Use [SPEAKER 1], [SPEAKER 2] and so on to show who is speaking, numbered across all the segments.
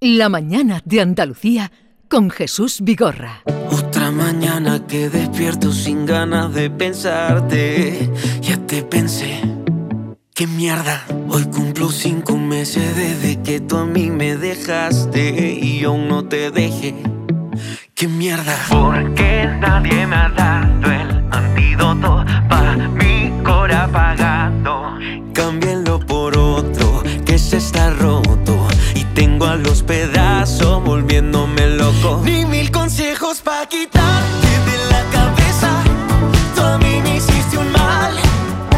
[SPEAKER 1] La mañana de Andalucía con Jesús Vigorra.
[SPEAKER 2] Otra mañana que despierto sin ganas de pensarte. Ya te pensé. ¡Qué mierda! Hoy cumplo cinco meses desde que tú a mí me dejaste y aún no te dejé. ¡Qué mierda!
[SPEAKER 3] Porque nadie me ha dado el antídoto para mi cor apagado.
[SPEAKER 2] Cámbienlo por otro que se está roto y tengo a los pedazos volviéndome loco. Ni mil consejos para quitarte de la cabeza. Tú a mí me hiciste un mal,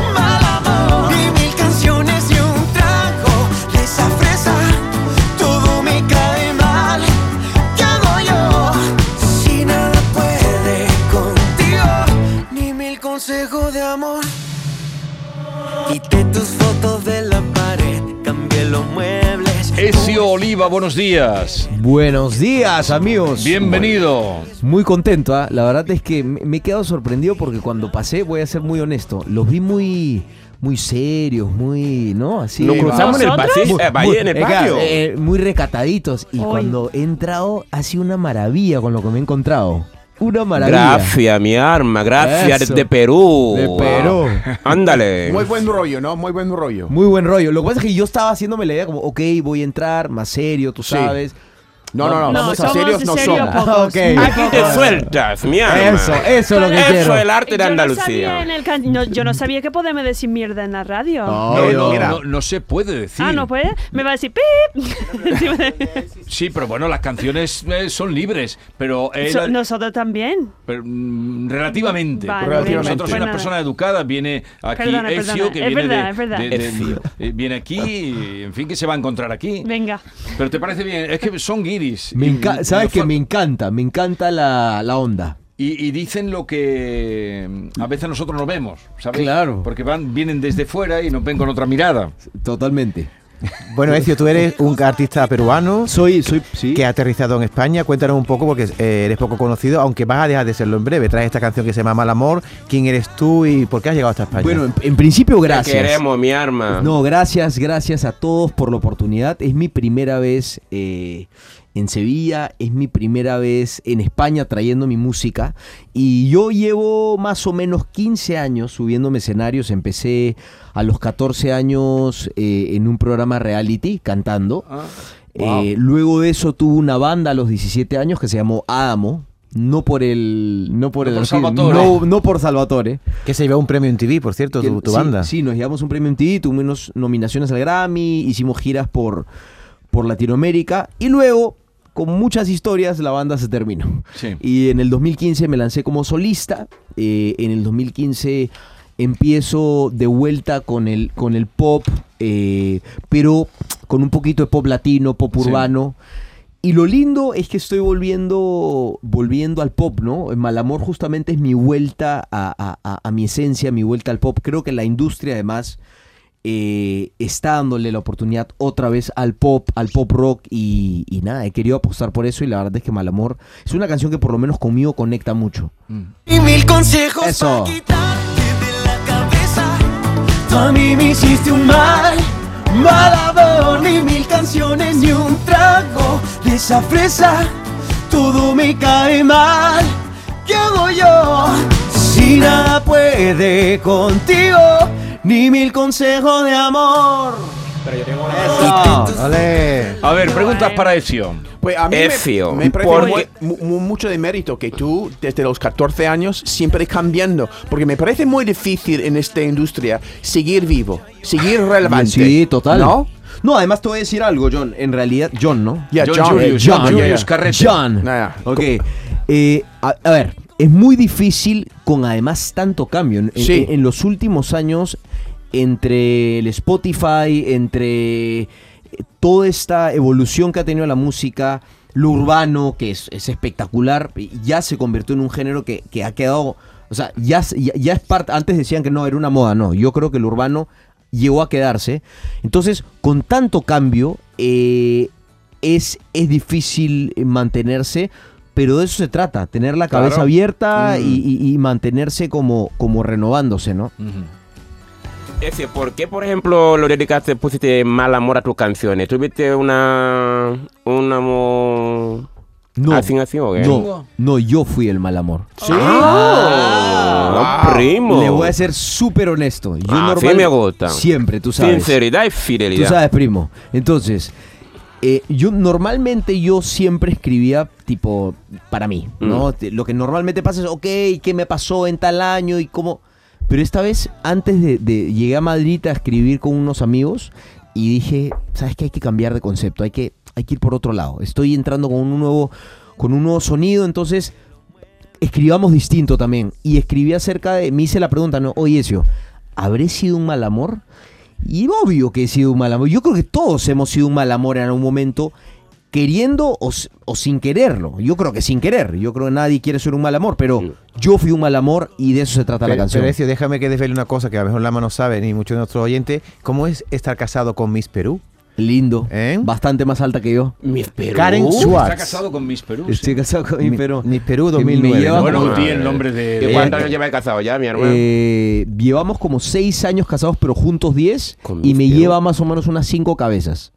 [SPEAKER 2] un mal amor. Ni mil canciones y un trago de esa fresa. Todo me cae mal. ¿Qué hago yo? Si nada puede contigo, ni mil consejos de amor. Quité tus fotos de la pared, cambié los muebles.
[SPEAKER 4] Ezio Oliva, buenos días.
[SPEAKER 5] Buenos días, amigos.
[SPEAKER 4] Bienvenido.
[SPEAKER 5] Muy contento, ¿ah? la verdad es que me me he quedado sorprendido porque cuando pasé, voy a ser muy honesto, los vi muy muy serios, muy, ¿no? Así
[SPEAKER 6] Nos cruzamos en el pasillo, eh, ahí
[SPEAKER 5] muy-
[SPEAKER 6] en el
[SPEAKER 5] eh, claro,
[SPEAKER 6] patio.
[SPEAKER 5] eh, muy recataditos y cuando he entrado ha sido una maravilla con lo que me he encontrado. Una maravilla.
[SPEAKER 6] Gracias, mi arma, gracias
[SPEAKER 5] Eso.
[SPEAKER 6] de Perú.
[SPEAKER 5] De Perú.
[SPEAKER 6] Ándale.
[SPEAKER 7] Muy buen rollo, ¿no? Muy buen rollo.
[SPEAKER 5] Muy buen rollo. Lo que pasa es que yo estaba haciéndome la idea como, ok, voy a entrar más serio, tú
[SPEAKER 7] Sí.
[SPEAKER 5] sabes.
[SPEAKER 7] No, no, no,
[SPEAKER 8] No,
[SPEAKER 7] vamos a
[SPEAKER 8] somos
[SPEAKER 7] serios no
[SPEAKER 8] serios
[SPEAKER 7] somos.
[SPEAKER 8] pocos.
[SPEAKER 5] Ah, ok.
[SPEAKER 6] Aquí te sueltas, mi arma.
[SPEAKER 5] Eso, eh, eso es lo que
[SPEAKER 6] Ah, Eso
[SPEAKER 5] quiero.
[SPEAKER 6] es el arte de
[SPEAKER 8] Yo no
[SPEAKER 6] Andalucía.
[SPEAKER 8] sabía en el can- no, yo no sabía que podemos decir mierda en la radio.
[SPEAKER 4] No,
[SPEAKER 7] No,
[SPEAKER 4] no,
[SPEAKER 7] mira,
[SPEAKER 4] no, no se puede decir.
[SPEAKER 8] Ah, ¿no puede? Me va a decir pip. Encima de-
[SPEAKER 4] Sí, pero bueno, las canciones eh, son libres, pero, eh,
[SPEAKER 8] So-
[SPEAKER 4] la-
[SPEAKER 8] Nosotros también.
[SPEAKER 4] pero, mm, relativamente.
[SPEAKER 8] Vale,
[SPEAKER 4] porque
[SPEAKER 7] Relativamente.
[SPEAKER 4] Nosotros es
[SPEAKER 8] pues
[SPEAKER 4] una
[SPEAKER 8] nada.
[SPEAKER 4] persona educada, viene aquí
[SPEAKER 8] Perdona,
[SPEAKER 4] Ezio,
[SPEAKER 8] perdona.
[SPEAKER 4] que
[SPEAKER 8] Es
[SPEAKER 4] viene
[SPEAKER 8] verdad,
[SPEAKER 4] de-
[SPEAKER 8] es verdad.
[SPEAKER 4] de- de-
[SPEAKER 6] Ezio.
[SPEAKER 4] eh, viene aquí, y, en fin, que se va a encontrar aquí.
[SPEAKER 8] Venga.
[SPEAKER 4] Pero te parece bien, es que son guiris.
[SPEAKER 5] Me
[SPEAKER 4] y-
[SPEAKER 5] enca-
[SPEAKER 4] y
[SPEAKER 5] ¿Sabes
[SPEAKER 4] los
[SPEAKER 5] que
[SPEAKER 4] fa-
[SPEAKER 5] Me encanta, me encanta la, la onda.
[SPEAKER 4] Y, y dicen lo que mm, a veces nosotros no vemos, ¿sabes?
[SPEAKER 5] Claro.
[SPEAKER 4] Porque van, vienen desde fuera y nos ven con otra mirada.
[SPEAKER 5] Totalmente.
[SPEAKER 9] Bueno, Ezio, tú eres un artista peruano
[SPEAKER 5] Soy, soy, sí.
[SPEAKER 9] que ha aterrizado en España. Cuéntanos un poco, porque eh, eres poco conocido, aunque vas a dejar de serlo en breve. Traes esta canción que se llama Mal Amor. ¿Quién eres tú y por qué has llegado hasta España?
[SPEAKER 5] Bueno, en, en principio,
[SPEAKER 6] Te
[SPEAKER 5] gracias.
[SPEAKER 6] queremos, mi arma.
[SPEAKER 5] No, gracias, gracias a todos por la oportunidad. Es mi primera vez eh, en Sevilla, es mi primera vez en España trayendo mi música. Y yo llevo más o menos 15 años subiéndome escenarios. Empecé a los 14 años eh, en un programa reality cantando.
[SPEAKER 4] Ah,
[SPEAKER 5] Eh, luego de eso tuve una banda a los 17 años que se llamó Adamo. No por el. No por
[SPEAKER 4] No
[SPEAKER 5] el.
[SPEAKER 4] por
[SPEAKER 5] arti-
[SPEAKER 4] Salvatore.
[SPEAKER 5] no- no por Salvatore
[SPEAKER 9] que se llevó un premio en TV, por cierto, tu,
[SPEAKER 5] que-
[SPEAKER 9] tu
[SPEAKER 5] sí,
[SPEAKER 9] banda.
[SPEAKER 5] Sí, nos llevamos un premio MTV, tuvimos unos nominaciones al Grammy, hicimos giras por, por Latinoamérica y luego, con muchas historias, la banda se terminó.
[SPEAKER 4] Sí.
[SPEAKER 5] Y en el 2015 me lancé como solista, eh, en el 2015 empiezo de vuelta con el, con el pop, eh, pero con un poquito de pop latino, pop
[SPEAKER 4] Sí.
[SPEAKER 5] urbano. Y lo lindo es que estoy volviendo, volviendo al pop, ¿no? Malamor justamente es mi vuelta a, a- a- a mi esencia, mi vuelta al pop. Creo que la industria además eh, está dándole la oportunidad otra vez al pop, al pop rock y, y nada, he querido apostar por eso y la verdad es que Malamor es una canción que por lo menos conmigo conecta mucho.
[SPEAKER 2] Y mil consejos
[SPEAKER 5] Eso.
[SPEAKER 2] para quitarte de la cabeza. Tú a mí me hiciste un mal, mal amor. Ni mil canciones, ni un trago de esa fresa. Todo me cae mal. ¿Qué hago yo? Si nada puede contigo, ni mil consejos de amor.
[SPEAKER 5] Eso.
[SPEAKER 9] Ole.
[SPEAKER 4] A ver, preguntas para Ezio.
[SPEAKER 7] Pues a mí me-
[SPEAKER 6] Ezio,
[SPEAKER 7] me, parece
[SPEAKER 6] porque-
[SPEAKER 7] mu- mu- mucho de mérito que tú, desde los 14 años, siempre cambiando. Porque me parece muy difícil en esta industria seguir vivo, seguir relevante.
[SPEAKER 5] Ah, Sí, total.
[SPEAKER 7] ¿No?
[SPEAKER 5] No, además te voy a decir algo, John. En realidad, John, ¿no?
[SPEAKER 7] Ya,
[SPEAKER 4] John
[SPEAKER 7] John.
[SPEAKER 4] Julius,
[SPEAKER 7] eh,
[SPEAKER 4] John
[SPEAKER 7] ya, ya,
[SPEAKER 4] Julius
[SPEAKER 7] ya.
[SPEAKER 4] Carrete.
[SPEAKER 5] John.
[SPEAKER 7] Nah,
[SPEAKER 5] Ok. Eh, a, a ver, es muy difícil con además tanto cambio. En, en-
[SPEAKER 7] Sí.
[SPEAKER 5] en los últimos años, entre el Spotify, entre eh, toda esta evolución que ha tenido la música, lo urbano, que es, es espectacular, ya se convirtió en un género que, que ha quedado... O sea, ya, se- ya, ya es parte... Antes decían que no, era una moda, no. Yo creo que el urbano llegó a quedarse. Entonces, con tanto cambio, eh, es, es difícil eh, mantenerse, pero de eso se trata, tener la cabeza
[SPEAKER 4] Claro.
[SPEAKER 5] abierta
[SPEAKER 6] Mm.
[SPEAKER 5] y, y- y mantenerse como, como renovándose, ¿no?
[SPEAKER 6] Ezio, ¿por qué, por ejemplo, lo dedicaste, pusiste mal amor a tus canciones? ¿Tuviste una, una
[SPEAKER 5] No.
[SPEAKER 6] ¿Así, así o qué?
[SPEAKER 5] No, no, yo fui el mal amor.
[SPEAKER 6] Ah, primo.
[SPEAKER 5] Le voy a ser súper honesto. Yo
[SPEAKER 6] Ah,
[SPEAKER 5] normal-
[SPEAKER 6] sí me gusta.
[SPEAKER 5] Siempre, tú sabes.
[SPEAKER 6] Sinceridad y
[SPEAKER 5] Tú
[SPEAKER 6] fidelidad.
[SPEAKER 5] sabes, primo. Entonces, eh, yo normalmente yo siempre escribía tipo para mí, ¿no? Te- Lo que normalmente pasa es, ok, ¿qué me pasó en tal año y cómo? Pero esta vez, antes de, de- llegué a Madrid a escribir con unos amigos y dije, ¿sabes qué? Hay que cambiar de concepto, hay que, hay que ir por otro lado. Estoy entrando con un nuevo, con un nuevo sonido, entonces escribamos distinto también. Y escribí acerca de. Me hice la pregunta, ¿no? Oye, eso, ¿habré sido un mal amor? Y obvio que he sido un mal amor. Yo creo que todos hemos sido un mal amor en algún momento, queriendo o, s- o sin quererlo. Yo creo que sin querer. Yo creo que nadie quiere ser un mal amor, pero yo fui un mal amor y de eso se trata
[SPEAKER 9] Pero,
[SPEAKER 5] la canción.
[SPEAKER 9] pero, Ezio, déjame que desvele una cosa que a lo mejor Lama no sabe, ni muchos de nuestros oyentes. ¿Cómo es estar casado con Miss Perú?
[SPEAKER 5] Lindo.
[SPEAKER 9] ¿Eh?
[SPEAKER 5] Bastante más alta que yo.
[SPEAKER 7] uh,
[SPEAKER 9] Karen
[SPEAKER 4] Está
[SPEAKER 9] Schwartz.
[SPEAKER 4] casado con Miss Perú.
[SPEAKER 5] Estoy casado con mi
[SPEAKER 9] Mi-
[SPEAKER 5] Perú.
[SPEAKER 9] Miss Perú
[SPEAKER 5] Que me
[SPEAKER 9] 2009.
[SPEAKER 5] lleva
[SPEAKER 4] Bueno,
[SPEAKER 5] como-
[SPEAKER 4] di el nombre de...
[SPEAKER 6] ¿Y
[SPEAKER 5] Eh,
[SPEAKER 6] cuántos años lleváis casado ya, mi hermano?
[SPEAKER 5] Eh, llevamos como seis años casados, pero juntos diez.
[SPEAKER 6] Con
[SPEAKER 5] Y
[SPEAKER 6] Miss
[SPEAKER 5] me
[SPEAKER 6] Perú.
[SPEAKER 5] lleva más o menos unas cinco cabezas.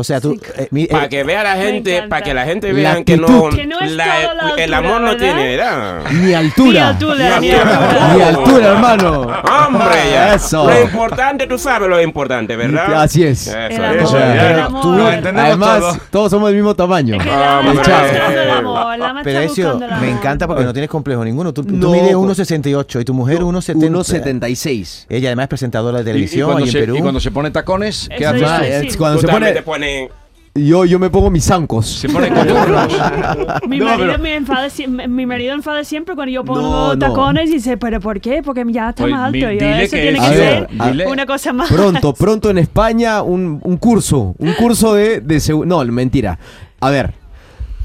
[SPEAKER 9] O sea, tú. eh, mi- eh,
[SPEAKER 6] para que vea la
[SPEAKER 8] Me
[SPEAKER 6] gente,
[SPEAKER 8] encanta.
[SPEAKER 6] para que la gente
[SPEAKER 5] La
[SPEAKER 6] vea que no,
[SPEAKER 5] actitud.
[SPEAKER 8] Que no es todo ¿eh? la
[SPEAKER 6] el
[SPEAKER 8] altura,
[SPEAKER 6] amor no
[SPEAKER 8] ¿verdad?
[SPEAKER 6] tiene edad.
[SPEAKER 5] Ni
[SPEAKER 8] Ni
[SPEAKER 5] altura.
[SPEAKER 8] altura, ni
[SPEAKER 6] altura.
[SPEAKER 5] Ni altura, hermano.
[SPEAKER 6] Hombre, ya.
[SPEAKER 5] Eso.
[SPEAKER 6] Lo importante, tú sabes lo importante, ¿verdad?
[SPEAKER 5] Así es.
[SPEAKER 8] El
[SPEAKER 6] Eso,
[SPEAKER 8] amor,
[SPEAKER 6] eso.
[SPEAKER 8] el
[SPEAKER 4] ya.
[SPEAKER 8] amor.
[SPEAKER 4] Tú- Lo entendemos
[SPEAKER 5] Además,
[SPEAKER 4] todo.
[SPEAKER 5] todos somos del mismo tamaño.
[SPEAKER 8] Es que la ama
[SPEAKER 6] Hombre.
[SPEAKER 8] está buscando el amor, la ama
[SPEAKER 9] pero
[SPEAKER 8] está
[SPEAKER 9] Ezio,
[SPEAKER 8] buscando el amor.
[SPEAKER 9] me encanta porque no tienes complejo ninguno. Tú, tú
[SPEAKER 5] No,
[SPEAKER 9] mides
[SPEAKER 5] co-
[SPEAKER 9] 1,68 y tu mujer 1,70.
[SPEAKER 5] 1,76.
[SPEAKER 9] Ella además es presentadora
[SPEAKER 4] Y-
[SPEAKER 9] de
[SPEAKER 4] y
[SPEAKER 9] televisión
[SPEAKER 4] cuando
[SPEAKER 9] y en
[SPEAKER 4] se-
[SPEAKER 9] Perú.
[SPEAKER 4] y cuando se pone tacones, ¿qué
[SPEAKER 8] Eso
[SPEAKER 4] hace?
[SPEAKER 8] es.
[SPEAKER 5] Ah,
[SPEAKER 8] difícil.
[SPEAKER 5] es Cuando
[SPEAKER 6] Tú
[SPEAKER 5] se
[SPEAKER 6] también
[SPEAKER 5] pone,
[SPEAKER 6] te ponen...
[SPEAKER 5] yo, yo me pongo mis zancos.
[SPEAKER 4] Se pone coturnos.
[SPEAKER 8] Mi,
[SPEAKER 4] No,
[SPEAKER 8] marido
[SPEAKER 4] pero-
[SPEAKER 8] me enfada, sie- mi marido enfada siempre cuando yo pongo
[SPEAKER 5] No, no.
[SPEAKER 8] tacones y dice, ¿pero por qué? Porque ya está
[SPEAKER 4] Oye,
[SPEAKER 8] más alto.
[SPEAKER 4] mi-
[SPEAKER 8] Y yo,
[SPEAKER 4] dile
[SPEAKER 8] eso
[SPEAKER 4] que
[SPEAKER 8] tiene
[SPEAKER 4] es-
[SPEAKER 8] que
[SPEAKER 5] A
[SPEAKER 8] ser
[SPEAKER 5] ver, a-
[SPEAKER 4] dile-
[SPEAKER 8] una cosa más.
[SPEAKER 5] Pronto, pronto en España un, un curso, un curso de, de segu- no, mentira. A ver,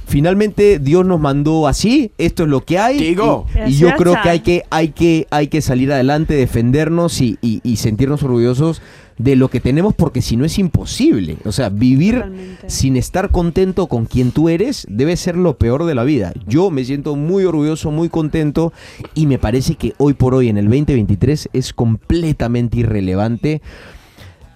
[SPEAKER 5] finalmente Dios nos mandó así, esto es lo que hay.
[SPEAKER 7] Digo.
[SPEAKER 5] y, y yo
[SPEAKER 8] Gracias.
[SPEAKER 5] creo que hay que, hay que, hay que salir adelante, defendernos y, y- y sentirnos orgullosos de lo que tenemos porque si no es imposible. O sea, vivir
[SPEAKER 8] Totalmente.
[SPEAKER 5] sin estar contento con quien tú eres debe ser lo peor de la vida. Yo me siento muy orgulloso, muy contento y me parece que hoy por hoy en el 2023 es completamente irrelevante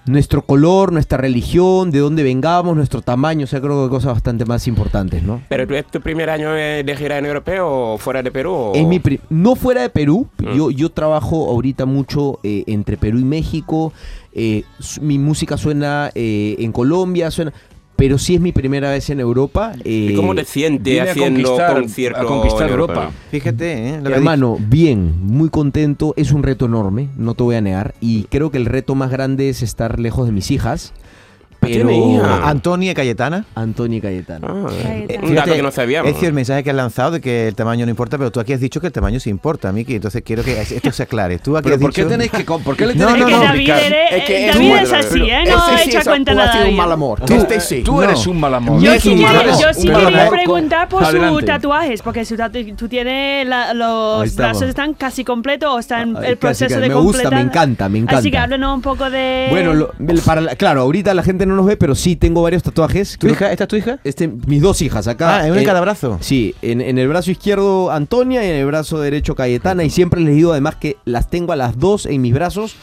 [SPEAKER 5] nuestro color, nuestra religión, de dónde vengamos, nuestro tamaño, o sea, creo que cosas bastante más importantes, ¿no?
[SPEAKER 6] ¿Pero tú es tu primer año eh, de gira en europeo o fuera de Perú? o-
[SPEAKER 5] Es mi pri- no fuera de Perú,
[SPEAKER 9] Ah.
[SPEAKER 5] yo, yo trabajo ahorita mucho eh, entre Perú y México, eh, su- mi música suena eh, en Colombia, suena... Pero sí es mi primera vez en Europa.
[SPEAKER 6] ¿Y
[SPEAKER 5] eh,
[SPEAKER 6] cómo te sientes
[SPEAKER 4] Viene a
[SPEAKER 6] haciendo
[SPEAKER 4] conquistar-
[SPEAKER 6] conciertos
[SPEAKER 4] a conquistar
[SPEAKER 6] en
[SPEAKER 4] Europa.
[SPEAKER 9] Fíjate, ¿eh? Lo que
[SPEAKER 5] Hermano, bien, muy contento. Es un reto enorme, no te voy a negar. Y creo que el reto más grande es estar lejos de mis hijas.
[SPEAKER 9] Ah,
[SPEAKER 5] Pero
[SPEAKER 6] tiene hija?
[SPEAKER 9] dijo. Antonia Cayetana.
[SPEAKER 5] Antonio y Cayetano.
[SPEAKER 6] Ah,
[SPEAKER 8] Ahí está.
[SPEAKER 6] un dato que no sabíamos.
[SPEAKER 9] Ezio, el mensaje que has lanzado de que el tamaño no importa, pero tú aquí has dicho que el tamaño sí importa, Miki. Entonces quiero que esto se aclare. Tú aquí
[SPEAKER 4] Pero
[SPEAKER 9] has
[SPEAKER 4] ¿por qué
[SPEAKER 9] dicho-
[SPEAKER 4] tenéis que... com- ¿Por qué le
[SPEAKER 9] No,
[SPEAKER 4] tenéis que
[SPEAKER 8] Es que
[SPEAKER 9] no, no.
[SPEAKER 8] David,
[SPEAKER 4] complicar?
[SPEAKER 8] eres-
[SPEAKER 7] Es que
[SPEAKER 8] eh, David
[SPEAKER 7] tú-
[SPEAKER 8] es así, ¿eh?
[SPEAKER 7] pero
[SPEAKER 8] No
[SPEAKER 7] ese Este sí
[SPEAKER 8] echa
[SPEAKER 7] es-
[SPEAKER 8] cuenta
[SPEAKER 7] tú has sido
[SPEAKER 8] nada.
[SPEAKER 7] un mal amor.
[SPEAKER 4] Tú,
[SPEAKER 7] Este sí.
[SPEAKER 4] tú
[SPEAKER 9] No.
[SPEAKER 4] eres un mal amor.
[SPEAKER 8] Yo
[SPEAKER 9] Miki,
[SPEAKER 8] sí,
[SPEAKER 9] mal
[SPEAKER 8] quiero,
[SPEAKER 9] amor.
[SPEAKER 8] yo sí
[SPEAKER 4] Un mal
[SPEAKER 8] quería
[SPEAKER 4] amor.
[SPEAKER 8] preguntar por
[SPEAKER 4] Adelante.
[SPEAKER 8] sus tatuajes, porque su tatu- tú tienes la-
[SPEAKER 5] Ahí
[SPEAKER 8] los
[SPEAKER 5] estamos.
[SPEAKER 8] brazos están casi completos o están en
[SPEAKER 5] Ay,
[SPEAKER 8] el
[SPEAKER 5] casi,
[SPEAKER 8] proceso
[SPEAKER 5] casi.
[SPEAKER 8] de
[SPEAKER 5] Me gusta,
[SPEAKER 8] completar.
[SPEAKER 5] me encanta, me
[SPEAKER 8] Así que
[SPEAKER 5] encanta.
[SPEAKER 8] háblanos un poco de...
[SPEAKER 5] Bueno, lo- el- para la- claro, ahorita la gente no nos ve, pero sí tengo varios tatuajes.
[SPEAKER 9] ¿Tu
[SPEAKER 5] Creo-
[SPEAKER 9] hija? ¿Esta es tu hija?
[SPEAKER 5] este, mis dos hijas acá.
[SPEAKER 9] Ah, ¿en uno en
[SPEAKER 5] Eh,
[SPEAKER 9] cada brazo?
[SPEAKER 5] Sí, en, en el brazo izquierdo Antonia y en el brazo derecho Cayetana. Y siempre les digo además que las tengo a las dos en mis brazos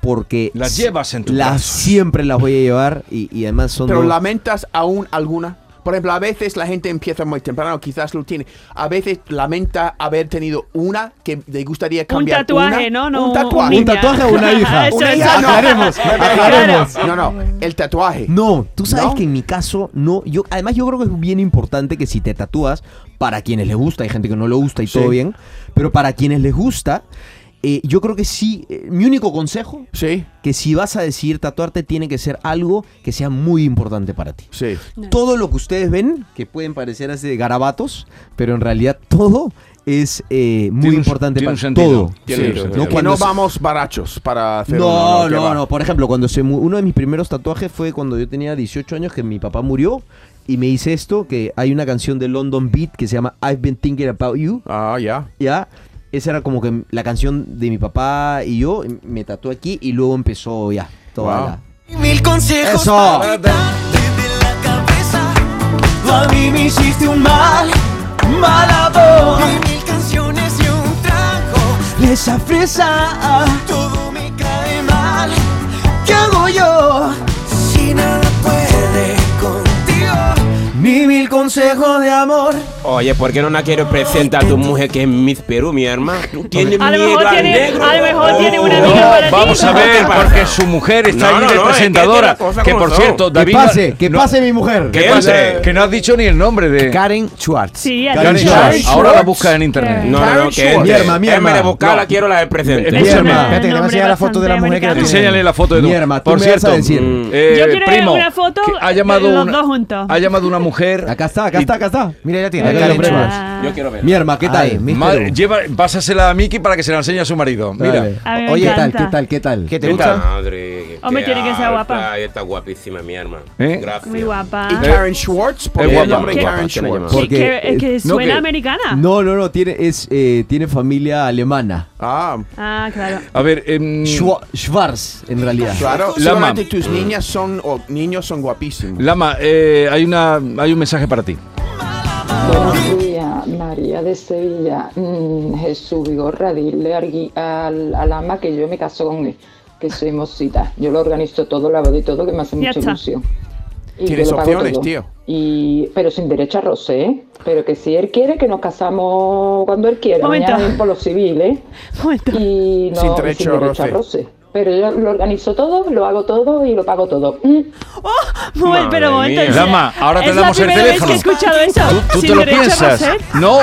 [SPEAKER 5] porque...
[SPEAKER 4] Las llevas en tus
[SPEAKER 5] las
[SPEAKER 4] brazos.
[SPEAKER 5] Siempre las voy a llevar y, y además son...
[SPEAKER 7] Pero
[SPEAKER 5] dos-
[SPEAKER 7] lamentas aún alguna. Por ejemplo, a veces la gente empieza muy temprano, quizás lo tiene. A veces lamenta haber tenido una que le gustaría
[SPEAKER 8] Un
[SPEAKER 7] cambiar.
[SPEAKER 8] tatuaje,
[SPEAKER 7] una-
[SPEAKER 8] ¿no? no
[SPEAKER 7] Un tatuaje.
[SPEAKER 8] niño.
[SPEAKER 5] Un tatuaje o una hija.
[SPEAKER 8] Eso,
[SPEAKER 7] Una
[SPEAKER 8] eso.
[SPEAKER 7] hija, no.
[SPEAKER 5] Aclaremos, aclaremos.
[SPEAKER 7] No, no, el tatuaje.
[SPEAKER 5] No, tú sabes
[SPEAKER 7] ¿No?
[SPEAKER 5] que en mi caso no, yo además yo creo que es bien importante que si te tatúas para quienes les gusta, hay gente que no le gusta y todo bien, pero para quienes les gusta, eh, yo creo que sí, eh, mi único consejo
[SPEAKER 7] Sí,
[SPEAKER 5] que si vas a decidir tatuarte tiene que ser algo que sea muy importante para ti.
[SPEAKER 7] sí.
[SPEAKER 5] Todo lo que ustedes ven, que pueden parecer así de garabatos, pero en realidad todo es eh, muy
[SPEAKER 4] Tiene un-
[SPEAKER 5] importante
[SPEAKER 4] tiene
[SPEAKER 5] para
[SPEAKER 4] un sentido.
[SPEAKER 5] todo.
[SPEAKER 6] Tiene
[SPEAKER 7] Sí,
[SPEAKER 6] un
[SPEAKER 7] sí,
[SPEAKER 6] sentido.
[SPEAKER 5] no
[SPEAKER 7] Que
[SPEAKER 5] cuando
[SPEAKER 7] no
[SPEAKER 5] se-
[SPEAKER 7] vamos barachos para hacer
[SPEAKER 5] No,
[SPEAKER 7] uno, que
[SPEAKER 5] no,
[SPEAKER 7] va.
[SPEAKER 5] no. Por ejemplo, cuando se mu- uno de mis primeros tatuajes fue cuando yo tenía 18 años que mi papá murió y me hice esto, que hay una canción de London Beat que se llama I've Been Thinking About You,
[SPEAKER 7] Ah, ya.
[SPEAKER 5] ¿ya? Esa era como que la canción de mi papá y yo, y me tatué aquí y luego empezó ya toda
[SPEAKER 7] Wow.
[SPEAKER 5] la-
[SPEAKER 2] Mil consejos
[SPEAKER 5] Eso.
[SPEAKER 2] para quitarte de la cabeza. Tú a mí me hiciste un mal, mal amor. Y mil canciones y un trago.
[SPEAKER 5] Esa fresa
[SPEAKER 2] Todo me cae mal. ¿Qué hago yo? Si nada puede contigo.
[SPEAKER 5] ni mi mil consejos de amor.
[SPEAKER 6] Oye, ¿por qué no la quiero presentar a tu mujer que es Miss Perú, mi hermano? Tú tienes
[SPEAKER 8] A lo
[SPEAKER 6] miedo
[SPEAKER 8] mejor
[SPEAKER 6] al
[SPEAKER 8] tiene,
[SPEAKER 6] negro.
[SPEAKER 8] a lo mejor tiene una
[SPEAKER 6] Oh,
[SPEAKER 8] amiga para ti.
[SPEAKER 4] Vamos a ver, porque su mujer está
[SPEAKER 6] No,
[SPEAKER 4] ahí
[SPEAKER 6] no,
[SPEAKER 4] de
[SPEAKER 6] no, es que
[SPEAKER 4] presentadora.
[SPEAKER 6] tiene cosas
[SPEAKER 4] Que
[SPEAKER 6] como
[SPEAKER 4] por
[SPEAKER 6] son.
[SPEAKER 4] cierto,
[SPEAKER 6] Que
[SPEAKER 4] David.
[SPEAKER 5] que pase,
[SPEAKER 4] no-
[SPEAKER 5] que
[SPEAKER 4] no-
[SPEAKER 5] pase mi mujer.
[SPEAKER 4] ¿Qué
[SPEAKER 6] Que
[SPEAKER 4] pasa?
[SPEAKER 6] pase.
[SPEAKER 4] Que no has dicho ni el nombre de.
[SPEAKER 9] Karen Schwartz.
[SPEAKER 8] Sí,
[SPEAKER 4] Karen
[SPEAKER 8] adiós.
[SPEAKER 4] Schwartz.
[SPEAKER 8] Schwartz.
[SPEAKER 4] Ahora la busca en internet.
[SPEAKER 6] No, no, no, que
[SPEAKER 5] Mi herma, mi
[SPEAKER 6] En vez de
[SPEAKER 5] herma.
[SPEAKER 6] buscarla, quiero la presente.
[SPEAKER 4] Mi
[SPEAKER 8] Es
[SPEAKER 4] herma.
[SPEAKER 8] una-
[SPEAKER 9] Espérate, que le voy a
[SPEAKER 8] nombre
[SPEAKER 9] enseñar la foto de la
[SPEAKER 8] bastante
[SPEAKER 9] mujer que la
[SPEAKER 8] americano.
[SPEAKER 9] tiene.
[SPEAKER 4] Enséñale la foto de tu
[SPEAKER 5] Mi herma, tú
[SPEAKER 4] Por
[SPEAKER 5] me
[SPEAKER 4] cierto,
[SPEAKER 5] vas a decir.
[SPEAKER 6] Mm.
[SPEAKER 4] eh,
[SPEAKER 8] Yo quiero
[SPEAKER 4] primo,
[SPEAKER 8] una foto
[SPEAKER 4] que ha llamado
[SPEAKER 8] de los
[SPEAKER 4] una,
[SPEAKER 8] dos juntos.
[SPEAKER 4] Ha llamado una mujer.
[SPEAKER 5] Acá está, acá está, acá está.
[SPEAKER 9] Mira, ya tiene.
[SPEAKER 5] Acá
[SPEAKER 9] Karen
[SPEAKER 5] lo
[SPEAKER 9] Schwartz.
[SPEAKER 5] pruebas.
[SPEAKER 8] Ah,
[SPEAKER 6] Yo quiero ver.
[SPEAKER 5] Mi herma, ¿qué
[SPEAKER 9] Ay,
[SPEAKER 5] tal?
[SPEAKER 9] mi-
[SPEAKER 4] Madre,
[SPEAKER 9] Mister-
[SPEAKER 4] lleva, pásasela a Miki para que se la enseñe a su marido. Mira.
[SPEAKER 5] Dale.
[SPEAKER 8] A mí me
[SPEAKER 5] Oye, ¿qué tal?
[SPEAKER 8] encanta.
[SPEAKER 5] ¿Qué tal? ¿Qué tal?
[SPEAKER 9] ¿Qué te
[SPEAKER 6] Esta
[SPEAKER 9] gusta?
[SPEAKER 6] Madre,
[SPEAKER 8] Hombre, tiene que ser
[SPEAKER 6] alta,
[SPEAKER 8] guapa.
[SPEAKER 6] Está guapísima, mi hermano.
[SPEAKER 4] ¿Eh?
[SPEAKER 6] Gracias.
[SPEAKER 8] Muy guapa.
[SPEAKER 7] Y Karen Schwartz, ¿por
[SPEAKER 4] Es
[SPEAKER 7] qué el
[SPEAKER 4] guapa,
[SPEAKER 7] nombre
[SPEAKER 8] Ah. es guapa,
[SPEAKER 7] Karen
[SPEAKER 6] se la llama.
[SPEAKER 7] Schwartz?
[SPEAKER 8] Sí,
[SPEAKER 5] Porque,
[SPEAKER 8] que, es que
[SPEAKER 5] eh,
[SPEAKER 4] no,
[SPEAKER 8] suena
[SPEAKER 4] que-
[SPEAKER 8] americana.
[SPEAKER 5] No, no, no, tiene, es, eh, tiene familia alemana.
[SPEAKER 7] Ah,
[SPEAKER 8] Ah, claro.
[SPEAKER 4] A ver, em,
[SPEAKER 5] Schwa- Schwarz, en realidad.
[SPEAKER 7] claro,
[SPEAKER 4] La
[SPEAKER 7] solamente
[SPEAKER 4] mam.
[SPEAKER 7] tus niñas son, o niños son guapísimos.
[SPEAKER 4] Lama, eh, hay, una, hay un mensaje para ti.
[SPEAKER 10] Buenos días, María de Sevilla. Mm, Jesús Vigorra, dile al, gui- al, al ama que yo me caso con él, que soy mocita. Yo lo organizo todo, la boda y todo, que me hace
[SPEAKER 8] Ya
[SPEAKER 10] mucha
[SPEAKER 8] está.
[SPEAKER 10] ilusión. Y yo
[SPEAKER 7] Tienes
[SPEAKER 10] lo pago
[SPEAKER 7] opciones,
[SPEAKER 10] todo.
[SPEAKER 7] tío.
[SPEAKER 10] Y, pero sin derecho a roce, ¿eh? Pero que si él quiere, que nos casamos cuando él quiera.
[SPEAKER 8] Momento.
[SPEAKER 10] Mañana voy por los civiles.
[SPEAKER 8] Momento.
[SPEAKER 10] Y no,
[SPEAKER 7] Sin
[SPEAKER 10] sin
[SPEAKER 7] derecho
[SPEAKER 10] derecho,
[SPEAKER 7] a
[SPEAKER 10] a
[SPEAKER 7] roce.
[SPEAKER 10] roce. Pero yo lo organizo todo, lo hago todo y lo pago todo. Mm,
[SPEAKER 8] Muy, pero un momento.
[SPEAKER 6] mía.
[SPEAKER 8] es-
[SPEAKER 4] Lama, ahora te
[SPEAKER 8] es
[SPEAKER 4] damos el
[SPEAKER 8] la primera
[SPEAKER 4] teléfono.
[SPEAKER 8] Vez que he escuchado eso.
[SPEAKER 4] Tú, tú
[SPEAKER 8] Sin
[SPEAKER 4] te lo
[SPEAKER 8] derecho a
[SPEAKER 4] piensas.
[SPEAKER 8] rocer.
[SPEAKER 4] No,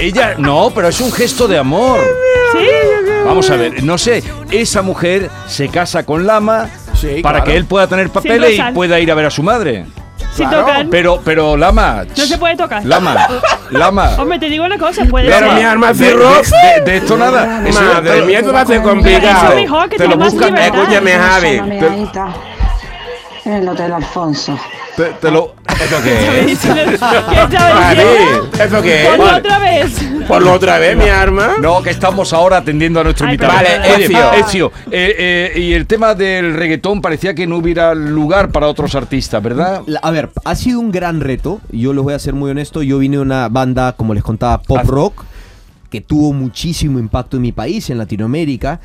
[SPEAKER 4] ella no, pero es un gesto de amor.
[SPEAKER 8] Sí.
[SPEAKER 4] Vamos a ver, no sé, esa mujer se casa con Lama
[SPEAKER 7] Sí,
[SPEAKER 4] para
[SPEAKER 7] claro.
[SPEAKER 4] que él pueda tener papeles y
[SPEAKER 8] rozar.
[SPEAKER 4] pueda ir a ver a su madre.
[SPEAKER 8] Si
[SPEAKER 7] Claro.
[SPEAKER 8] tocan.
[SPEAKER 4] Pero, pero Lama.
[SPEAKER 8] No se puede tocar.
[SPEAKER 4] Lama, Lama.
[SPEAKER 8] Hombre, te digo una cosa, puede
[SPEAKER 6] Pero
[SPEAKER 8] ser.
[SPEAKER 6] mi arma es
[SPEAKER 4] De,
[SPEAKER 6] rosa.
[SPEAKER 4] de- de- de esto nada. Eso-
[SPEAKER 6] Madre mía, esto va a ser complicado.
[SPEAKER 8] Eso es mejor, que
[SPEAKER 6] te lo
[SPEAKER 8] tiene más
[SPEAKER 6] buscas.
[SPEAKER 8] libertad.
[SPEAKER 6] Escúchame, Javi. te-
[SPEAKER 10] En el Hotel Alfonso.
[SPEAKER 4] te- te lo-
[SPEAKER 6] ¿Esto qué es?
[SPEAKER 8] ¿Qué estaba
[SPEAKER 6] Javi,
[SPEAKER 8] diciendo?
[SPEAKER 6] ¿esto qué es?
[SPEAKER 8] Ponlo otra vez.
[SPEAKER 6] Ponlo otra vez, mi arma.
[SPEAKER 4] No, que estamos ahora atendiendo a nuestro
[SPEAKER 8] Ay,
[SPEAKER 4] invitado.
[SPEAKER 6] perdón, Vale,
[SPEAKER 4] Oye,
[SPEAKER 6] Ezio.
[SPEAKER 4] Ezio, eh, eh, y el tema del reggaetón parecía que no hubiera lugar para otros artistas, ¿verdad?
[SPEAKER 5] La- a ver, ha sido un gran reto. Yo les voy a ser muy honesto. Yo vine de una banda, como les contaba, pop
[SPEAKER 4] Haz-
[SPEAKER 5] rock, que tuvo muchísimo impacto en mi país, en Latinoamérica.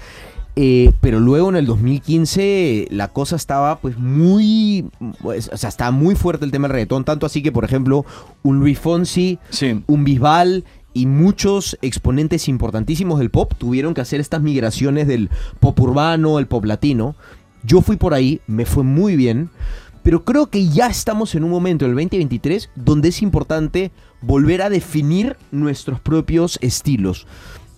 [SPEAKER 5] Eh, pero luego en el 2015 la cosa estaba pues muy... pues, o sea, estaba muy fuerte el tema del reggaetón. Tanto así que, por ejemplo, un Luis Fonsi,
[SPEAKER 4] Sí.
[SPEAKER 5] un Bisbal y muchos exponentes importantísimos del pop tuvieron que hacer estas migraciones del pop urbano, el pop latino. Yo fui por ahí, me fue muy bien, pero creo que ya estamos en un momento, el 2023, donde es importante volver a definir nuestros propios estilos.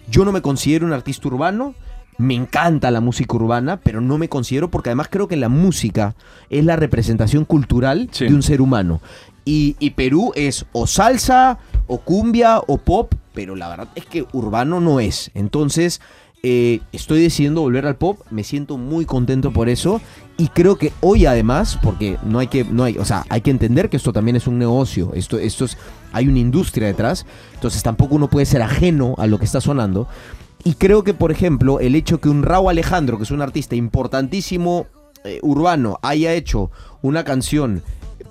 [SPEAKER 5] Yo no me considero un artista urbano. Me encanta la música urbana, pero no me considero porque además creo que la música es la representación cultural
[SPEAKER 4] Sí.
[SPEAKER 5] de un ser humano. Y, y Perú es o salsa, o cumbia, o pop, pero la verdad es que urbano no es. Entonces, eh, estoy decidiendo volver al pop, me siento muy contento por eso. Y creo que hoy además, porque no hay que, no hay, o sea, hay que entender que esto también es un negocio, esto, esto es, hay una industria detrás, entonces tampoco uno puede ser ajeno a lo que está sonando. Y creo que, por ejemplo, el hecho que un Raúl Alejandro, que es un artista importantísimo eh, urbano, haya hecho una canción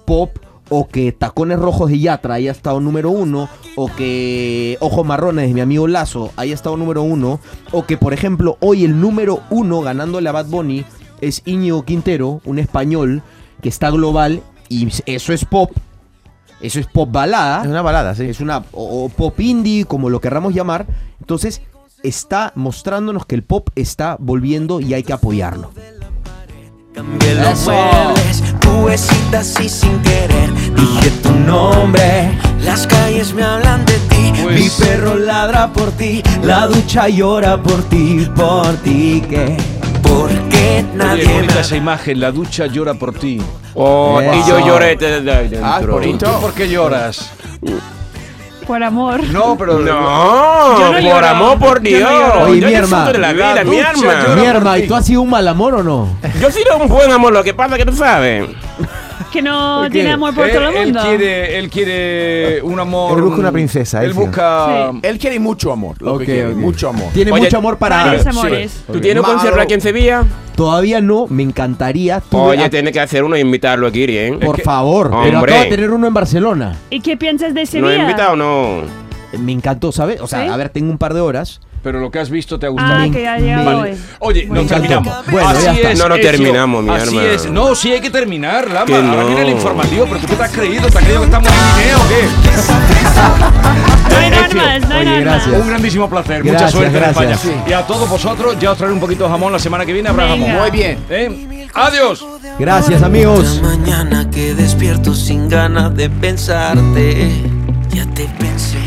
[SPEAKER 5] pop o que Tacones Rojos de Yatra haya estado número uno, o que Ojos Marrones de mi amigo Lazo haya estado número uno, o que, por ejemplo, hoy el número uno ganándole a Bad Bunny es Íñigo Quintero, un español que está global y eso es pop. Eso es pop balada.
[SPEAKER 9] Es una balada, sí.
[SPEAKER 5] Es una o, o pop indie, como lo querramos llamar. Entonces, está mostrándonos que el pop está volviendo y hay que apoyarlo.
[SPEAKER 2] Cambié los muebles, cubecitas así sin querer. Dije tu nombre, las calles me hablan de ti. Mi
[SPEAKER 4] Pues-
[SPEAKER 2] perro ladra por ti, la ducha llora por ti, por ti que. Porque
[SPEAKER 4] Oye,
[SPEAKER 2] nadie
[SPEAKER 4] qué bonita
[SPEAKER 2] me
[SPEAKER 4] esa imagen, la ducha llora por ti.
[SPEAKER 6] Oh, y yo
[SPEAKER 5] Eso.
[SPEAKER 6] lloré desde dentro.
[SPEAKER 7] Ah,
[SPEAKER 4] ¿Tú
[SPEAKER 7] bonito.
[SPEAKER 4] por qué lloras?
[SPEAKER 8] Por amor.
[SPEAKER 4] No, pero...
[SPEAKER 8] Yo
[SPEAKER 6] No,
[SPEAKER 8] no
[SPEAKER 6] por
[SPEAKER 8] lloro.
[SPEAKER 6] amor, por
[SPEAKER 8] Yo no
[SPEAKER 6] Dios.
[SPEAKER 8] lloro.
[SPEAKER 5] Oye,
[SPEAKER 6] Yo
[SPEAKER 5] mi
[SPEAKER 6] disfruto
[SPEAKER 5] hermano.
[SPEAKER 6] de
[SPEAKER 4] La
[SPEAKER 6] la vida, mi
[SPEAKER 4] ducha
[SPEAKER 6] arma.
[SPEAKER 4] llora.
[SPEAKER 5] Mi hermano, ¿y tú has sido un mal amor o no?
[SPEAKER 6] Yo sí era un buen amor, lo que pasa que tú sabes.
[SPEAKER 8] Que no
[SPEAKER 4] ¿Por qué?
[SPEAKER 8] tiene amor por
[SPEAKER 4] Él-
[SPEAKER 8] todo el mundo.
[SPEAKER 4] Él quiere, él quiere un amor... mm,
[SPEAKER 9] Él busca una princesa,
[SPEAKER 4] Él
[SPEAKER 9] Ezio.
[SPEAKER 4] busca...
[SPEAKER 8] Sí.
[SPEAKER 7] Él quiere mucho amor, lo
[SPEAKER 5] Ok,
[SPEAKER 7] que quiere,
[SPEAKER 5] ok.
[SPEAKER 7] mucho amor.
[SPEAKER 5] Tiene
[SPEAKER 6] Oye,
[SPEAKER 5] mucho amor para...
[SPEAKER 8] Varios amores.
[SPEAKER 6] ¿Tú tienes un
[SPEAKER 7] Malo.
[SPEAKER 6] concierto aquí en Sevilla?
[SPEAKER 5] Todavía no, me encantaría. Tuve
[SPEAKER 6] Oye,
[SPEAKER 5] a-
[SPEAKER 6] tienes que hacer uno e invitarlo aquí, ¿eh?
[SPEAKER 5] Por favor, pero
[SPEAKER 6] Hombre.
[SPEAKER 5] acabo de tener uno en Barcelona.
[SPEAKER 8] ¿Y qué piensas
[SPEAKER 6] ¿Lo
[SPEAKER 8] de
[SPEAKER 6] he
[SPEAKER 8] Sevilla?
[SPEAKER 6] invitado o no?
[SPEAKER 5] Me encantó, ¿sabes? O sea,
[SPEAKER 8] ¿Sí?
[SPEAKER 5] a ver, tengo un par de horas,
[SPEAKER 4] pero lo que has visto te ha gustado.
[SPEAKER 8] Ah, que ya ha llegado
[SPEAKER 4] Vale.
[SPEAKER 8] hoy.
[SPEAKER 4] Oye,
[SPEAKER 8] Bueno.
[SPEAKER 4] no terminamos.
[SPEAKER 6] Bueno, ya
[SPEAKER 4] así
[SPEAKER 6] está.
[SPEAKER 4] es.
[SPEAKER 6] No, no
[SPEAKER 4] Ezio.
[SPEAKER 6] terminamos, mi
[SPEAKER 4] Así
[SPEAKER 6] arma.
[SPEAKER 4] es. No, sí hay que terminar, Lama.
[SPEAKER 6] Que
[SPEAKER 4] Ahora
[SPEAKER 6] no.
[SPEAKER 4] viene el informativo, pero tú qué te has creído, te has creído que estamos en Guinea o qué.
[SPEAKER 8] No hay normas, no hay
[SPEAKER 9] Oye,
[SPEAKER 8] normas.
[SPEAKER 9] gracias.
[SPEAKER 4] Un grandísimo placer, mucha
[SPEAKER 9] Gracias,
[SPEAKER 4] suerte en
[SPEAKER 9] gracias.
[SPEAKER 4] España. Y a todos vosotros, ya os traeré un poquito de jamón la semana que viene, habrá
[SPEAKER 8] Venga.
[SPEAKER 4] jamón.
[SPEAKER 7] Muy bien.
[SPEAKER 4] ¿Eh? Adiós.
[SPEAKER 5] Gracias, amigos.
[SPEAKER 2] Otra mañana que despierto sin ganas de pensarte. Ya te pensé.